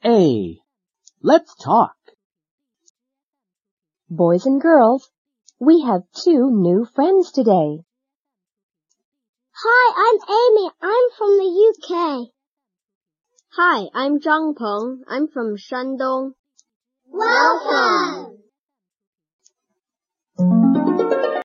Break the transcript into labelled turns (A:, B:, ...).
A: Hey, let's talk.
B: Boys and girls, we have two new friends today.
C: Hi, I'm Amy. I'm from the UK.
D: Hi, I'm Zhang Peng. I'm from Shandong.
E: Welcome!